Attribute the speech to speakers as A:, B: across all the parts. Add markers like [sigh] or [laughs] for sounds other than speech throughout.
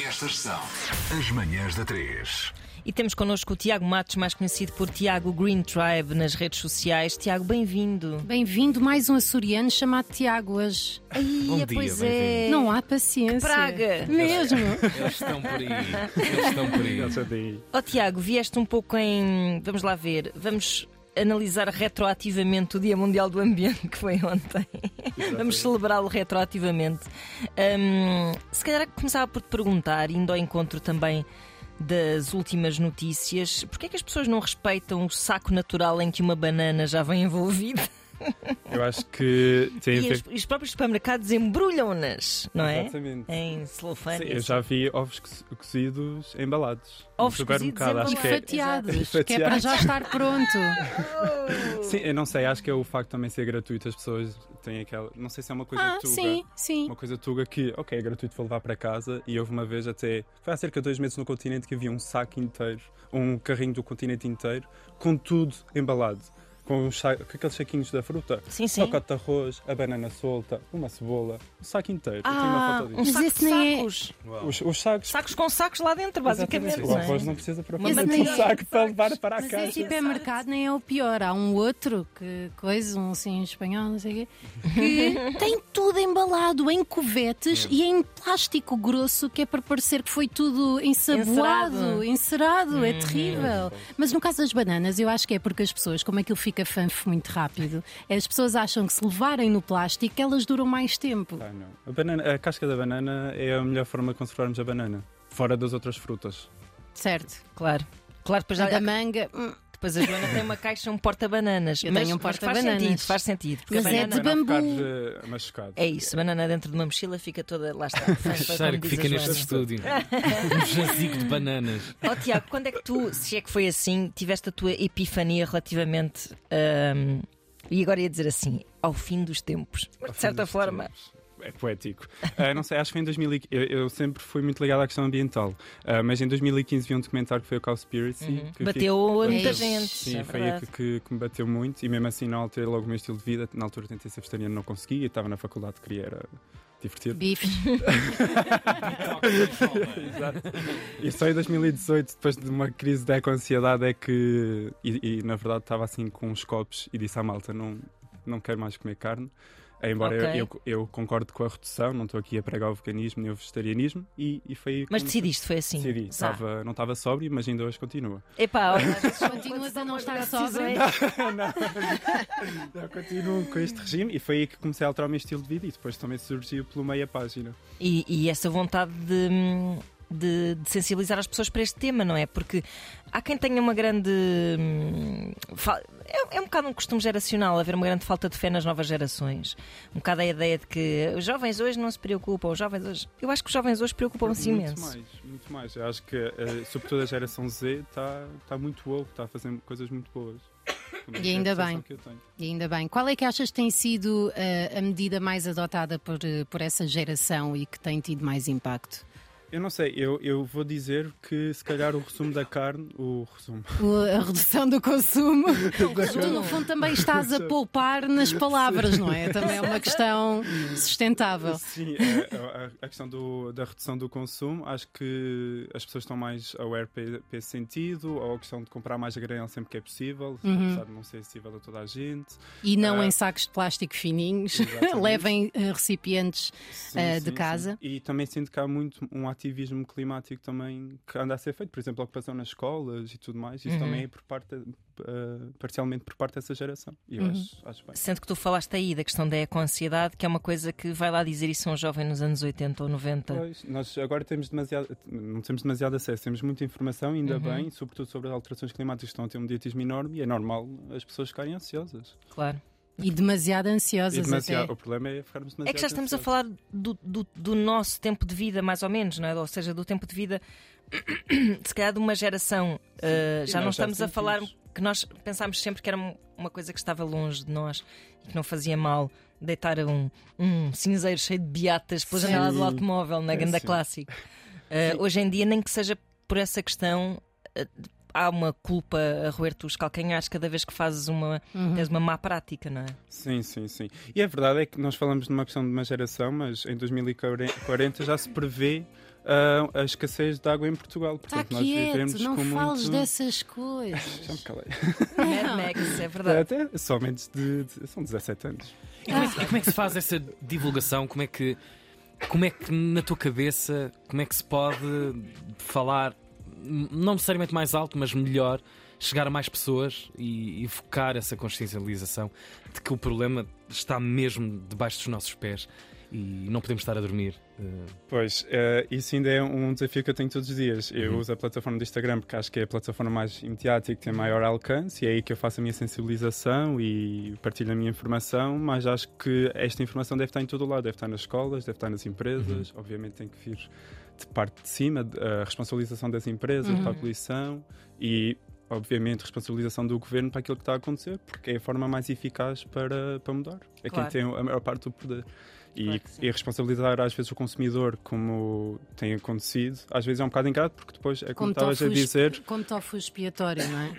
A: Estas são as manhãs da 3.
B: E temos connosco o Tiago Matos, mais conhecido por Tiago Green Tribe nas redes sociais. Tiago, bem-vindo.
C: Bem-vindo mais um açoriano chamado Tiago hoje.
B: Bom
D: dia,
B: pois
D: bem-vindo.
B: é.
C: Não há paciência.
B: praga.
C: Mesmo.
D: Eles estão por aí. Eles estão por aí.
B: Ó Tiago, vieste um pouco em. Vamos lá ver. Vamos analisar retroativamente o Dia Mundial do Ambiente, que foi ontem. Vamos celebrá-lo retroativamente. Hum, se calhar começava por te perguntar, indo ao encontro também das últimas notícias, porquê é que as pessoas não respeitam o saco natural em que uma banana já vem envolvida?
E: Eu acho que tem a
B: E
E: ver.
B: os, e os próprios supermercados embrulham-nas, não é?
E: Exatamente.
B: Em celofane. assim.
E: Sim, eu já vi ovos co- cozidos embalados. no
B: Ovos
E: supermercado,
B: cozidos
E: acho
C: E
E: que é-
B: embalados.
C: fatiados,
E: Exato.
C: que é para já estar pronto.
E: [laughs] Sim, eu não sei, acho que é o facto de também ser gratuito, as pessoas têm aquela. Não sei se é uma coisa
C: Ah,
E: tuga.
C: sim, sim.
E: Uma coisa tuga que, ok, é gratuito, vou levar para casa. E houve uma vez até. Foi há cerca de dois meses no continente que havia um saco inteiro, um carrinho do continente inteiro, com tudo embalado. Com, os sa- com aqueles saquinhos da fruta.
B: Sim, sim.
E: um Pacote de arroz, a banana solta, uma cebola, o saco inteiro. Eu tenho uma
B: Ah,
E: foto
B: um
E: disso.
C: Mas
B: saco de
C: esse nem é-
B: sacos.
E: Os, os sacos
B: Sacos com sacos lá dentro, basicamente.
E: O
B: não é?
E: arroz não precisa
B: Mas
E: propriamente
B: nem
E: um
B: é.
E: saco para levar para a
C: Mas esse
E: casa.
C: tipo é mercado nem é o pior. Há um outro, que coisa, um assim em espanhol, não sei o quê, que tem tudo embalado em covetes e em plástico grosso, que é para parecer que foi tudo ensaboado,
B: Encerado.
C: encerado. É terrível. Mas no caso das bananas, eu acho que é porque as pessoas, como aquilo fica fanfo muito rápido, as pessoas acham que se levarem no plástico, elas duram mais
B: é-
C: tempo.
E: Ah, não. A, banana- a casca da banana é a melhor forma de conservarmos a banana. Fora das outras frutas.
C: Certo.
B: Claro. Claro, depois,
C: A
B: já,
C: da manga. hum,
B: depois a Joana tem uma caixa, um porta-bananas.
C: Eu
B: Mas-
C: tenho um
B: mas Faz
C: porta-bananas.
B: sentido, faz sentido. Porque
C: Mas
B: a
C: é
B: banana...
C: de
E: Para não
C: bambu.
E: ficar eh, machucado.
B: É isso, a banana dentro de uma mochila fica toda. Lá
E: [laughs]
B: está.
D: Que cheiro que fica neste [laughs] estúdio. Um jazigo de bananas.
B: Ó Tiago, quando é que tu, se é que foi assim, tiveste a tua epifania relativamente. hum, e agora ia dizer assim, ao fim dos tempos. Mas, de certa forma.
E: É poético. Ah, não sei, acho que foi em 2015. Eu, eu sempre fui muito ligado à questão ambiental. Ah, mas em 2015 vi um documentário que foi o Cowspiracy. que
B: Uhum. Bateu a
E: fica-
B: muita
E: bateu-
B: gente.
E: Sim,
B: é
E: foi aí
B: verdade.
E: que, que- que me bateu muito. E mesmo assim não alterei logo o meu estilo de vida. Na altura tentei ser vegetariano, não consegui. Eu estava na faculdade, queria era divertir.
C: Bifes.
E: E só em 2018, depois de uma crise de eco-ansiedade, é que. E, e, na verdade estava assim com uns copos e disse à malta: não, não quero mais comer carne. Embora
B: Ok.
E: eu, eu, eu concordo com a redução, não estou aqui a pregar o veganismo nem o vegetarianismo. E, e foi. aí
B: Mas
E: que-
B: decidiste, foi assim.
E: Decidi.
B: Zá.
E: Estava- não estava sóbrio, mas ainda hoje continua.
B: Epá, olha, é
C: Continuas a não estar sobre.
E: Eu continuo com este regime e foi aí que comecei a alterar o meu estilo de vida e depois também surgiu pelo meia página.
B: E, e essa vontade de, de- de sensibilizar as pessoas para este tema, não é? Porque há quem tenha uma grande. hum, fa- É, é um bocado um costume geracional haver uma grande falta de fé nas novas gerações. Um bocado a ideia de que os jovens hoje não se preocupam, os jovens hoje. Eu acho que os jovens hoje preocupam-se
E: muito
B: imenso.
E: mais, muito mais. Eu acho que, eh, sobretudo a geração Z, está tá muito woke, está a fazer coisas muito boas.
C: E ainda
E: É a percepção
C: bem.
E: que eu tenho.
C: E ainda bem. Qual é que achas que tem sido eh, a medida mais adotada por, eh, por essa geração e que tem tido mais impacto?
E: Eu não sei, eu, eu vou dizer que se calhar o resumo da carne, o resumo.
C: O- a redução do
E: [laughs]
C: consumo. tu, no fundo, também estás a poupar nas palavras, não é? Também é uma questão sustentável.
E: [laughs] Sim, eh, a, a- a questão do- da redução do consumo, acho que as pessoas estão mais aware para para esse sentido, ou a questão de comprar mais a granel sempre que é possível,
C: Uhum.
E: apesar de não ser acessível a toda a gente.
C: [laughs] E não
E: Ah.
C: em sacos de plástico fininhos.
E: Exatamente.
C: Levem eh, recipientes.
E: Sim,
C: eh,
E: sim,
C: de
E: sim.
C: casa.
E: E também sinto que há muito um ativismo climático também que anda a ser feito, por exemplo, a ocupação nas escolas e tudo mais. Isso
B: Uhum.
E: também é por parte, eh, parcialmente por parte dessa geração. E eu
B: Uhum.
E: acho, acho bem.
B: Sendo que tu falaste aí da questão da eco-ansiedade, que é uma coisa que vai lá dizer isso a um jovem nos anos 80 ou 90.
E: Pois, nós agora temos demasiado, não temos demasiado acesso, temos muita informação, ainda
B: Uhum.
E: bem, sobretudo sobre as alterações climáticas, que estão a ter um mediatismo enorme e é normal as pessoas ficarem ansiosas.
B: Claro.
C: E demasiado
E: E
C: ansiosas
E: demasiado,
C: até.
E: o problema é ficarmos demasiado
B: É que já estamos a
E: ansiosos.
B: falar do, do- do nosso tempo de vida, mais ou menos, não é? Ou seja, do tempo de vida, [clears throat] se calhar de uma geração. Uh, já não
E: nós já
B: estamos a
E: sentimos.
B: falar que nós pensámos sempre que era um- uma coisa que estava longe de nós e que não fazia mal deitar um, um cinzeiro cheio de beatas pela
C: Sim.
B: janela do automóvel, na ganda
E: sim.
B: clássica. Uh, hoje em dia, nem que seja por essa questão. uh, Há uma culpa a roer-te os calcanhares cada vez que fazes uma, tens uma má prática, não é?
E: Sim, sim, sim. E a verdade é que nós falamos de uma questão de uma geração, mas em 2040 já se prevê ah, a escassez de água em Portugal.
C: Está
E: Portanto, nós
C: Tá quieto,
E: vivemos
C: não
E: com
C: fales
E: muito... Então,
C: dessas coisas.
E: Já me calei.
B: Mad Max, é
E: É,
B: verdade.
E: [laughs] Até somente de, de- São 17 anos.
D: E como, é que, e como é que se faz essa divulgação? Como é que. Como é que na tua cabeça, como é que se pode falar, n- não necessariamente mais alto, mas melhor, chegar a mais pessoas e, e focar essa consciencialização de que o problema está mesmo debaixo dos nossos pés e não podemos estar a dormir? eh,
E: Pois, eh, isso ainda é um desafio que eu tenho todos os dias. Eu uso a plataforma do Instagram porque acho que é a plataforma mais imediata e que tem maior alcance, e é aí que eu faço a minha sensibilização e partilho a minha informação, mas acho que esta informação deve estar em todo o lado, deve estar nas escolas, deve estar nas empresas, obviamente tem que vir de parte de cima, de- a responsabilização das empresas para a poluição e obviamente responsabilização do governo para aquilo que está a acontecer, porque é a forma mais eficaz para, para mudar. É
B: Claro.
E: quem tem a maior parte do poder. E,
B: Claro que sim.
E: e responsabilizar às vezes o consumidor, como tem acontecido, às vezes é um bocado ingrato, porque depois é como
C: Como
E: estavas a
B: [laughs]
C: tofu,
E: dizer.
C: como tofu expiatório, não é?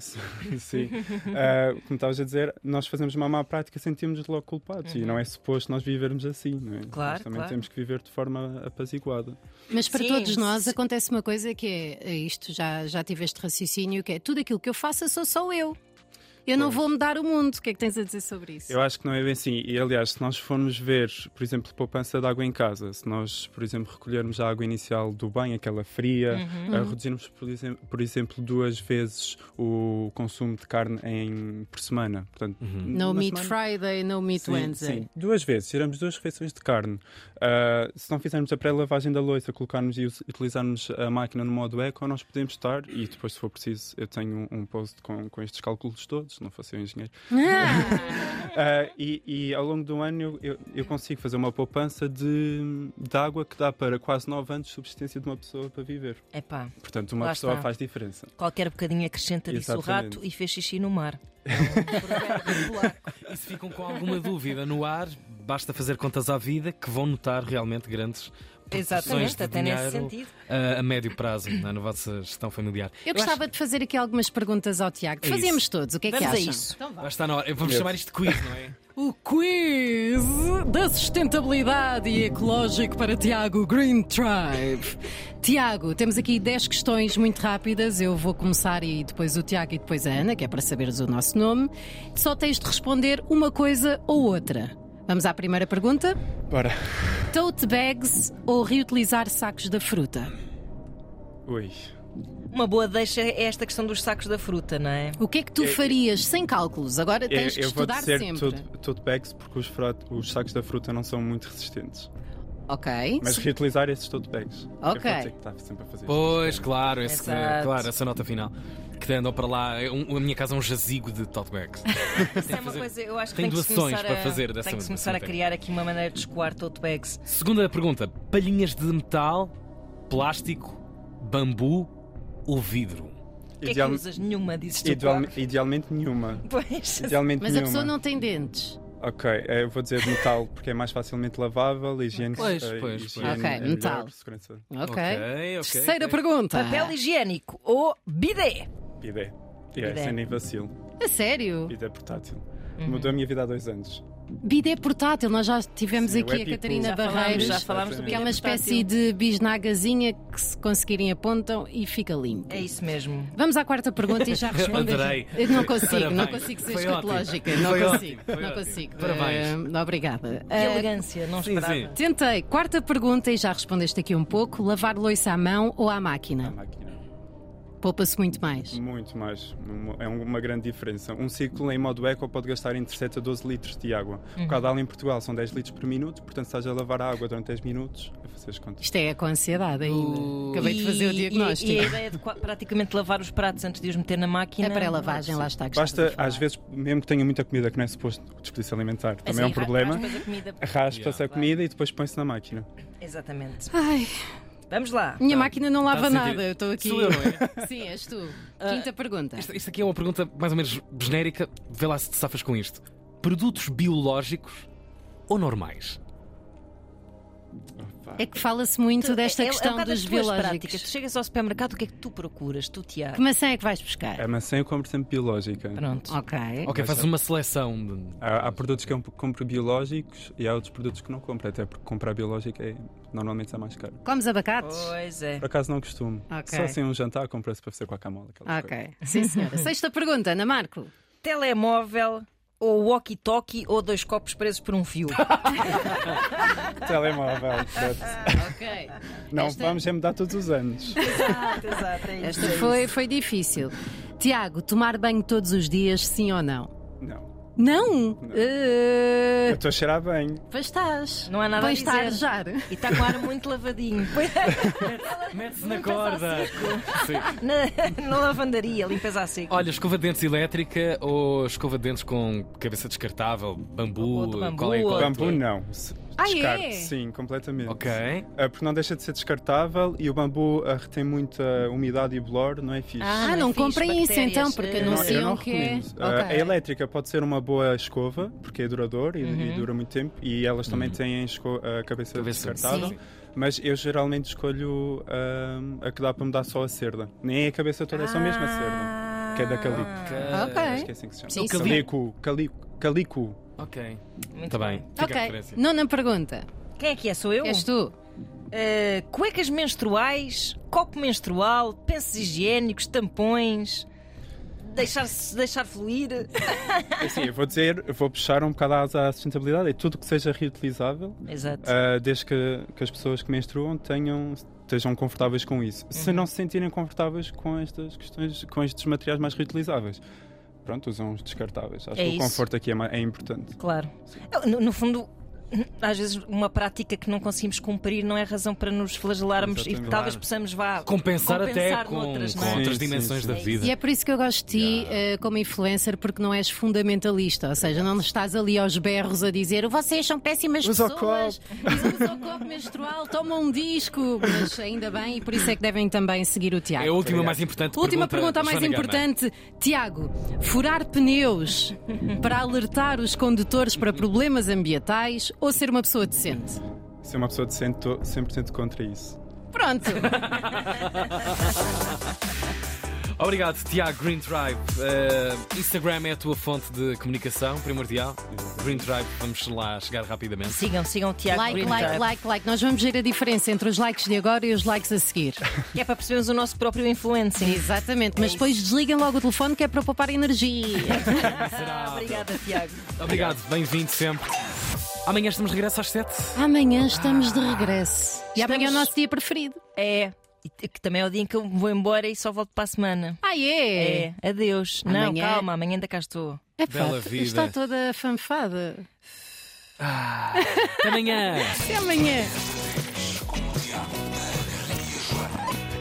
E: Sim. Ah, como estavas a dizer, nós fazemos uma má prática, sentimos-nos logo culpados. E não é suposto nós vivermos assim, não é?
B: Uhum. Claro,
E: Nós também
B: claro.
E: temos que viver de forma apaziguada.
C: Mas para
B: Sim,
C: todos nós
B: sim.
C: acontece uma coisa que é isto, já, já tive este raciocínio, que é tudo aquilo que eu faço sou só eu. Eu não vou mudar o mundo. O que é que tens a dizer sobre isso?
E: Eu acho que não é bem assim. E aliás, se nós formos ver, por exemplo, poupança de água em casa, se nós, por exemplo, recolhermos a água inicial do bem, aquela fria,
C: Uhum.
E: eh, reduzirmos, por, exemplo, por exemplo, duas vezes o consumo de carne em, por semana. Portanto,
C: No
E: na
C: Meat
E: semana-
C: Friday, no Meat
E: Sim,
C: Wednesday.
E: sim. duas vezes, tiramos duas refeições de carne. Ah, se não fizermos a pré-lavagem da loiça, colocarmos e us- utilizarmos a máquina no modo eco, nós podemos estar, e depois, se for preciso, eu tenho um um post com, com estes cálculos todos, não fosse eu engenheiro. Ah, e, e ao longo do ano eu, eu, eu consigo fazer uma poupança de, de água que dá para quase 9 anos de subsistência de uma pessoa para viver.
B: É pá,
E: Portanto, uma
B: Lá
E: pessoa
B: está.
E: faz diferença.
B: qualquer bocadinho acrescenta disse o
E: Exatamente.
B: rato e fez xixi no mar. É um provérbio polaco.
D: E se ficam com alguma dúvida no ar, basta fazer contas à vida que vão notar realmente grandes proporções
B: Exatamente,
D: de
B: até nesse
D: dinheiro,
B: sentido.
D: ah, a médio prazo na, na vossa gestão familiar.
C: Eu gostava de fazer aqui algumas perguntas ao Tiago.
D: É
C: Fazemos
D: isso.
C: todos, o que é
B: Vamos
C: que
B: a
C: acham?
B: isso. Então,
D: acho- acho que está na hora. Vamos chamar isto de quiz, não é?
C: O quiz da sustentabilidade e ecológico para Tiago Green Tribe. Tiago, temos aqui 10 questões muito rápidas. Eu vou começar e depois o Tiago e depois a Ana, que é para saberes o nosso nome. Só tens de responder uma coisa ou outra. Vamos à primeira pergunta:
E: Bora.
C: tote bags ou reutilizar sacos da fruta?
E: Ui.
B: Uma boa deixa é esta questão dos sacos da fruta, não é?
C: O que é que tu farias sem cálculos? Agora
E: Eu,
C: tens que
E: É, eu vou
C: estudar
E: dizer
C: sempre.
E: tote- tote bags porque os, frot- os sacos da fruta não são muito resistentes.
C: Ok.
E: Mas reutilizar esses tote bags.
C: Ok.
E: Eu vou dizer que está sempre a fazer isto.
D: Pois, claro, esse,
B: Exato.
D: claro, essa nota final. Que andam para lá. é um- a minha casa é um jazigo de tote bags. [laughs]
B: Isso é uma coisa, eu acho que
D: Tem
B: tem que
D: duas
B: se
D: ações
B: começar
D: para
B: a-
D: fazer dessa-
B: Tem que se
D: dessa
B: começar a
D: matéria.
B: criar aqui uma maneira de escoar tote bags.
D: Segunda pergunta: palhinhas de metal, plástico, bambu ou vidro?
B: O que é que
E: Ideal-
B: usas? Nenhuma, dizes tu.
E: ideal-
B: claro.
E: Idealmente nenhuma.
B: é. [laughs] Pois.
E: Idealmente
C: Mas a
E: nenhuma.
C: pessoa não tem dentes.
E: Ok, eh, eu vou dizer de metal porque é mais facilmente lavável, higiene.
D: Pois,
E: eh,
D: pois,
E: higiene
D: pois.
C: Ok,
E: é melhor,
C: metal.
E: segurança.
C: Ok.
D: ok, ok.
C: Terceira pergunta.
B: Papel higiênico ou bidé?
E: Bidé. Yeah,
B: Bidé.
E: sem nem vacilo.
C: A sério?
E: Bidé é portátil. Mudou a minha vida há dois anos.
C: Bidé é portátil, nós já tivemos
D: é
E: Sim, o
C: aqui a
E: Epico.
D: tipo-
C: Catarina
E: Já
C: Barreiros,
B: já falámos do
E: Exatamente.
C: que é
B: bidé
C: uma espécie
B: portátil.
C: de bisnagazinha que se conseguirem apontam e fica limpo.
B: É isso mesmo.
C: Vamos à quarta pergunta e
D: [laughs]
C: já respondo.
D: Adorei.
C: Eu não consigo, não
D: Parabéns.
C: consigo ser
D: Foi
C: escatológica.
D: ótimo.
C: Não
D: Foi
C: consigo,
D: ótimo, foi
C: não
D: ótimo.
C: consigo.
D: Parabéns.
C: Ah, obrigada.
B: Que
C: Ah,
B: elegância, não
D: Sim, sim.
B: esperava.
C: tentei. Quarta pergunta e já respondeste aqui um pouco. Lavar louça à mão ou à
E: A
C: máquina?
E: máquina.
C: Poupa-se muito mais.
E: Muito mais. Uma- É uma grande diferença. Um ciclo em modo eco pode gastar entre 7 a 12 litros de água. Um O cadal em Portugal são 10 litros por minuto, portanto, se estás a lavar a água durante 10 minutos, a fazer as contas.
C: Isto é com ansiedade ainda.
D: Uh,
C: Acabei de fazer o
B: E-
C: diagnóstico. É
B: E, e a ideia de qua- praticamente lavar os pratos antes de os meter na máquina.
C: a pré-lavagem, lá está. que
E: Basta,
C: estava a
E: às
C: falar.
E: vezes, mesmo que tenha muita comida que não é suposto o desperdício alimentar, também é um
B: Assim, ra-
E: problema.
B: raspas a comida.
E: Raspa-se a comida e depois põe-se na máquina.
B: Exatamente.
C: Ai,
B: Vamos lá.
C: Minha máquina não lava
D: Estás a sentir-
C: nada, eu estou aqui.
D: Sou eu, não é?
C: [laughs] Sim, és tu. Quinta pergunta.
D: Isto, isto aqui é uma pergunta mais ou menos genérica. Vê lá se te safas com isto. Produtos biológicos ou normais?
E: pá.
C: É que fala-se muito desta
B: é, é um
C: questão
B: bocado
C: dos
B: as tuas
C: biológicos.
B: práticas. Tu chegas ao supermercado, o que é que tu procuras? Tu, Tiago?
C: Que maçã é que vais buscar?
E: A maçã eu compro sempre biológica.
B: Pronto.
C: Ok.
D: Ok, fazes uma seleção. de-
E: Há, há produtos que eu compro biológicos e há outros produtos que não compro, até porque comprar biológico é, normalmente é mais caro.
C: Comes abacates?
B: Pois é.
E: Por acaso não costumo.
C: Ok.
E: Só assim um jantar compra-se para fazer com a camada.
C: Ok. Sim, senhora. Sexta pergunta, Ana Marco.
B: Telemóvel ou walkie-talkie ou dois copos presos por um fio?
E: [laughs] Telemóvel. pronto.
C: [laughs] Ok.
E: Não,
C: Esta-
E: vamos é mudar todos os anos.
B: exato, [laughs] exato. É
C: Esta foi, foi difícil. Tiago, tomar banho todos os dias, sim ou não?
E: Não.
C: Não! Eh,
E: Eu estou a cheirar bem.
C: Pois estás.
B: Não há nada a
C: Vais estar
B: dizer.
C: já. é.
B: E está com o ar muito lavadinho.
C: [laughs]
B: Pois-
D: Mete-se na corda.
E: [laughs]
D: Sim.
B: [laughs] na, na lavandaria, limpeza a seco.
D: Olha, escova de dentes elétrica ou escova de dentes com cabeça descartável,
B: Ou
D: bambu,
B: de bambu,
D: qual é,
B: ou
D: qual é a
E: Bambu
D: tua?
E: não.
C: Ah, é?
E: Descarte, sim, completamente.
D: Ok.
E: Ah, porque não deixa de ser descartável e o bambu ah, retém muita umidade e bolor, não é fixe.
C: Ah, não
B: fixe,
C: comprem isso
B: bactérias,
C: então, porque
B: eh,
E: Eu não- eu não
C: anunciam que é.
E: recomendo. Ah,
C: Ok.
E: A elétrica pode ser uma boa escova, porque é duradoura e, e
C: Uhum.
E: dura muito tempo, e elas também têm esco- a cabeça,
D: Cabeça-
E: descartável.
D: sim.
E: Mas eu geralmente escolho ah, a que dá para mudar só a cerda. Nem a cabeça toda, é só mesmo a cerda. Que é da calico. Acho que é
C: Ah, Ok.
E: assim que se chama.
C: Sim, sim.
E: calico, calico, calico.
D: Ok.
B: Muito
D: Está bem. Fica a
C: Ok.
D: referência.
C: Nona pergunta.
B: Quem é que é? Sou eu?
C: És tu?
B: Eh, cuecas menstruais, copo menstrual, pensos higiênicos, tampões, deixar, deixar
C: [laughs]
B: fluir.
E: Assim, eu vou dizer, eu vou puxar um bocado a asa à sustentabilidade, é tudo que seja reutilizável.
B: Exato.
E: Uh, desde que, que as pessoas que menstruam tenham, estejam confortáveis com isso. Se
B: Uhum.
E: não se sentirem confortáveis com estas questões, com estes materiais mais reutilizáveis, pronto, usam os descartáveis. Acho
B: É
E: que
B: isso.
E: o conforto aqui é, ma- é importante.
B: Claro. No, no fundo, às vezes uma prática que não conseguimos cumprir não é razão para nos flagelarmos e
E: Exatamente.
B: talvez
D: Claro.
B: possamos vá
D: Compensar, até
B: compensar
D: com,
B: noutras,
D: com
B: não é?
E: Sim,
D: outras
E: sim,
D: dimensões
E: sim.
D: da
E: É
D: vida.
C: E é por isso que eu gosto de ti eh, como influencer, porque não és fundamentalista, ou seja, não estás ali aos berros a dizer vocês são péssimas
E: Usa o
C: pessoas, usam o copo menstrual, tomam um disco, mas ainda bem, e por isso é que devem também seguir o Tiago.
D: É a última mais importante.
C: Última pergunta, a mais
D: Joana Gama.
C: importante, Tiago. Furar pneus para alertar os condutores para problemas ambientais ou ser uma pessoa decente?
E: Ser uma pessoa decente, estou 100% contra isso.
C: Pronto.
D: Obrigado, Tiago Green Tribe. Eh, Instagram é a tua fonte de comunicação primordial. Green Tribe, vamos lá chegar rapidamente.
B: Sigam, sigam o Tiago
C: like,
B: Green
C: like,
B: Tribe,
C: like, like. Nós vamos ver a diferença entre os likes de agora e os likes a seguir.
B: que é para percebermos o nosso próprio influencing.
C: Exatamente, mas depois desliguem logo o telefone que é para poupar energia.
B: Ah, obrigada, Tiago.
D: Obrigado, bem-vindo sempre. Amanhã estamos de regresso às 7.
C: amanhã estamos de regresso. E amanhã é o
B: Estamos-
C: nosso dia preferido.
B: É, e t- que também é o dia em que eu vou embora e só volto para a semana.
C: Ah, é?
B: É, adeus.
C: Amanhã-
B: Não, calma, amanhã ainda cá estou.
C: Epá,
D: Bela vida.
C: Está toda fanfada.
D: Até amanhã.
C: Até amanhã.